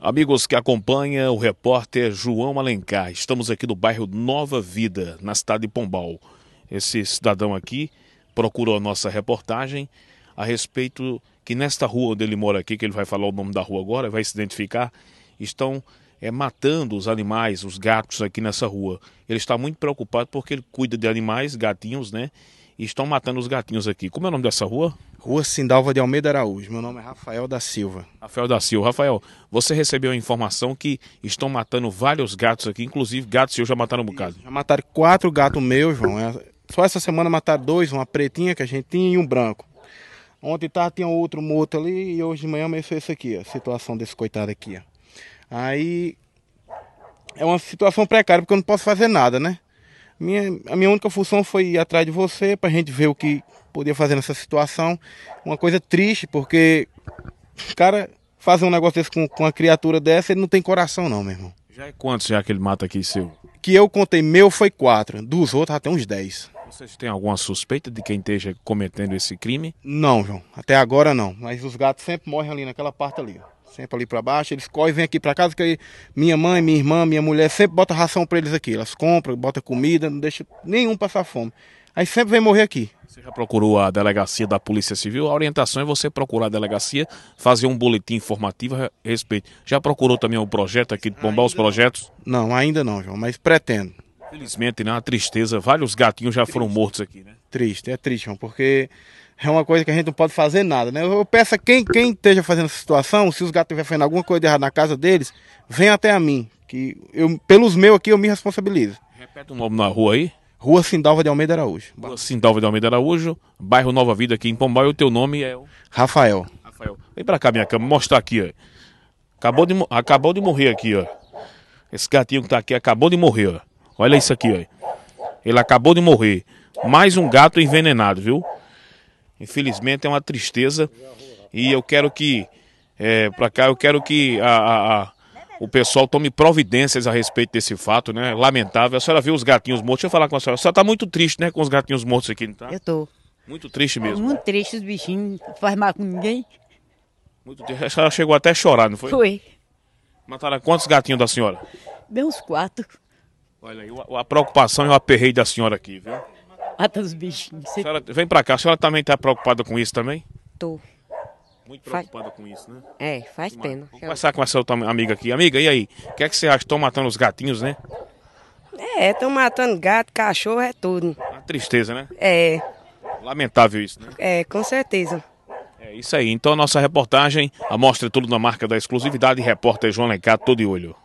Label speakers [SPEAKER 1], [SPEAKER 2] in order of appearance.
[SPEAKER 1] Amigos que acompanham o repórter João Alencar, estamos aqui no bairro Nova Vida, na cidade de Pombal. Esse cidadão aqui procurou a nossa reportagem a respeito que nesta rua onde ele mora aqui, que ele vai falar o nome da rua agora, vai se identificar, estão é, matando os animais, os gatos aqui nessa rua. Ele está muito preocupado porque ele cuida de animais, gatinhos, né? E estão matando os gatinhos aqui. Como é o nome dessa rua?
[SPEAKER 2] Rua Sindalva de Almeida Araújo. Meu nome é Rafael da Silva.
[SPEAKER 1] Rafael da Silva. Rafael, você recebeu a informação que estão matando vários gatos aqui, inclusive gatos seus já mataram um bocado.
[SPEAKER 2] Já mataram quatro gatos meus, João. É- Só essa semana mataram dois, uma pretinha que a gente tinha e um branco. Ontem tarde tinha outro morto ali e hoje de manhã amanheceu esse aqui, ó. a Situação desse coitado aqui, ó. Aí é uma situação precária porque eu não posso fazer nada, né? Minha, a minha única função foi ir atrás de você pra gente ver o que podia fazer nessa situação. Uma coisa triste, porque o cara fazer um negócio desse com, com uma criatura dessa, ele não tem coração não, meu irmão.
[SPEAKER 1] Já é quantos já que ele mata aqui seu?
[SPEAKER 2] Que eu contei meu foi quatro, dos outros até uns dez.
[SPEAKER 1] Vocês têm alguma suspeita de quem esteja cometendo esse crime?
[SPEAKER 2] Não, João, até agora não. Mas os gatos sempre morrem ali naquela parte ali, ó. Sempre ali pra baixo, eles correm, vêm aqui pra casa, que aí minha mãe, minha irmã, minha mulher sempre bota ração pra eles aqui. Elas compram, botam comida, não deixa nenhum passar fome. Aí sempre vem morrer aqui.
[SPEAKER 1] Você já procurou a delegacia da Polícia Civil? A orientação é você procurar a delegacia, fazer um boletim informativo a respeito. Já procurou também o projeto aqui de Pombal, os projetos?
[SPEAKER 2] Não, ainda não, João, mas pretendo.
[SPEAKER 1] Felizmente, né? Uma tristeza. Vários gatinhos já foram mortos aqui, né?
[SPEAKER 2] Triste, é triste, João, porque é uma coisa que a gente não pode fazer nada, né? Eu peço a quem, quem esteja fazendo essa situação, se os gatos estiverem fazendo alguma coisa de errado na casa deles, venha até a mim, que eu, pelos meus aqui eu me responsabilizo.
[SPEAKER 1] Repete o nome na rua aí.
[SPEAKER 2] Rua Sindalva de Almeida Araújo.
[SPEAKER 1] Rua Sindalva de Almeida Araújo, bairro Nova Vida aqui em Pombal. E o teu nome é o
[SPEAKER 2] Rafael.
[SPEAKER 1] Rafael. Vem pra cá, minha cama, mostrar aqui, ó. Acabou de, mo- acabou de morrer aqui, ó. Esse gatinho que tá aqui acabou de morrer, ó. Olha isso aqui, ó. Ele acabou de morrer. Mais um gato envenenado, viu? Infelizmente é uma tristeza. E eu quero que. É, pra cá, eu quero que a- a- a- o pessoal tome providências a respeito desse fato, né? Lamentável. A senhora viu os gatinhos mortos. Deixa eu falar com a senhora. A senhora tá muito triste, né? Com os gatinhos mortos aqui, não tá?
[SPEAKER 3] Eu tô
[SPEAKER 1] Muito triste mesmo.
[SPEAKER 3] muito triste, os bichinhos não faz mal com ninguém.
[SPEAKER 1] Muito triste. A senhora chegou até a chorar, não foi?
[SPEAKER 3] Foi.
[SPEAKER 1] Mataram quantos gatinhos da senhora?
[SPEAKER 3] Deu uns quatro,
[SPEAKER 1] Olha aí, o- a preocupação e o aperreio da senhora aqui, viu? A
[SPEAKER 3] mata os bichinhos. Cê
[SPEAKER 1] senhora- vem pra cá, a senhora também tá preocupada com isso também?
[SPEAKER 4] Tô.
[SPEAKER 1] Muito
[SPEAKER 4] Faz-
[SPEAKER 1] preocupada com isso, né?
[SPEAKER 4] É, faz pena.
[SPEAKER 1] Vou conversar com essa outra amiga aqui. Amiga, e aí? O que é que você acha? Estão matando os gatinhos, né?
[SPEAKER 4] É, estão matando gato, cachorro, é tudo.
[SPEAKER 1] Uma tristeza, né?
[SPEAKER 4] É,
[SPEAKER 1] Lamentável isso, né?
[SPEAKER 4] é, com certeza.
[SPEAKER 1] É isso aí. Então, a nossa reportagem, a mostra tudo na marca da exclusividade. Repórter João Lencar, todo de olho.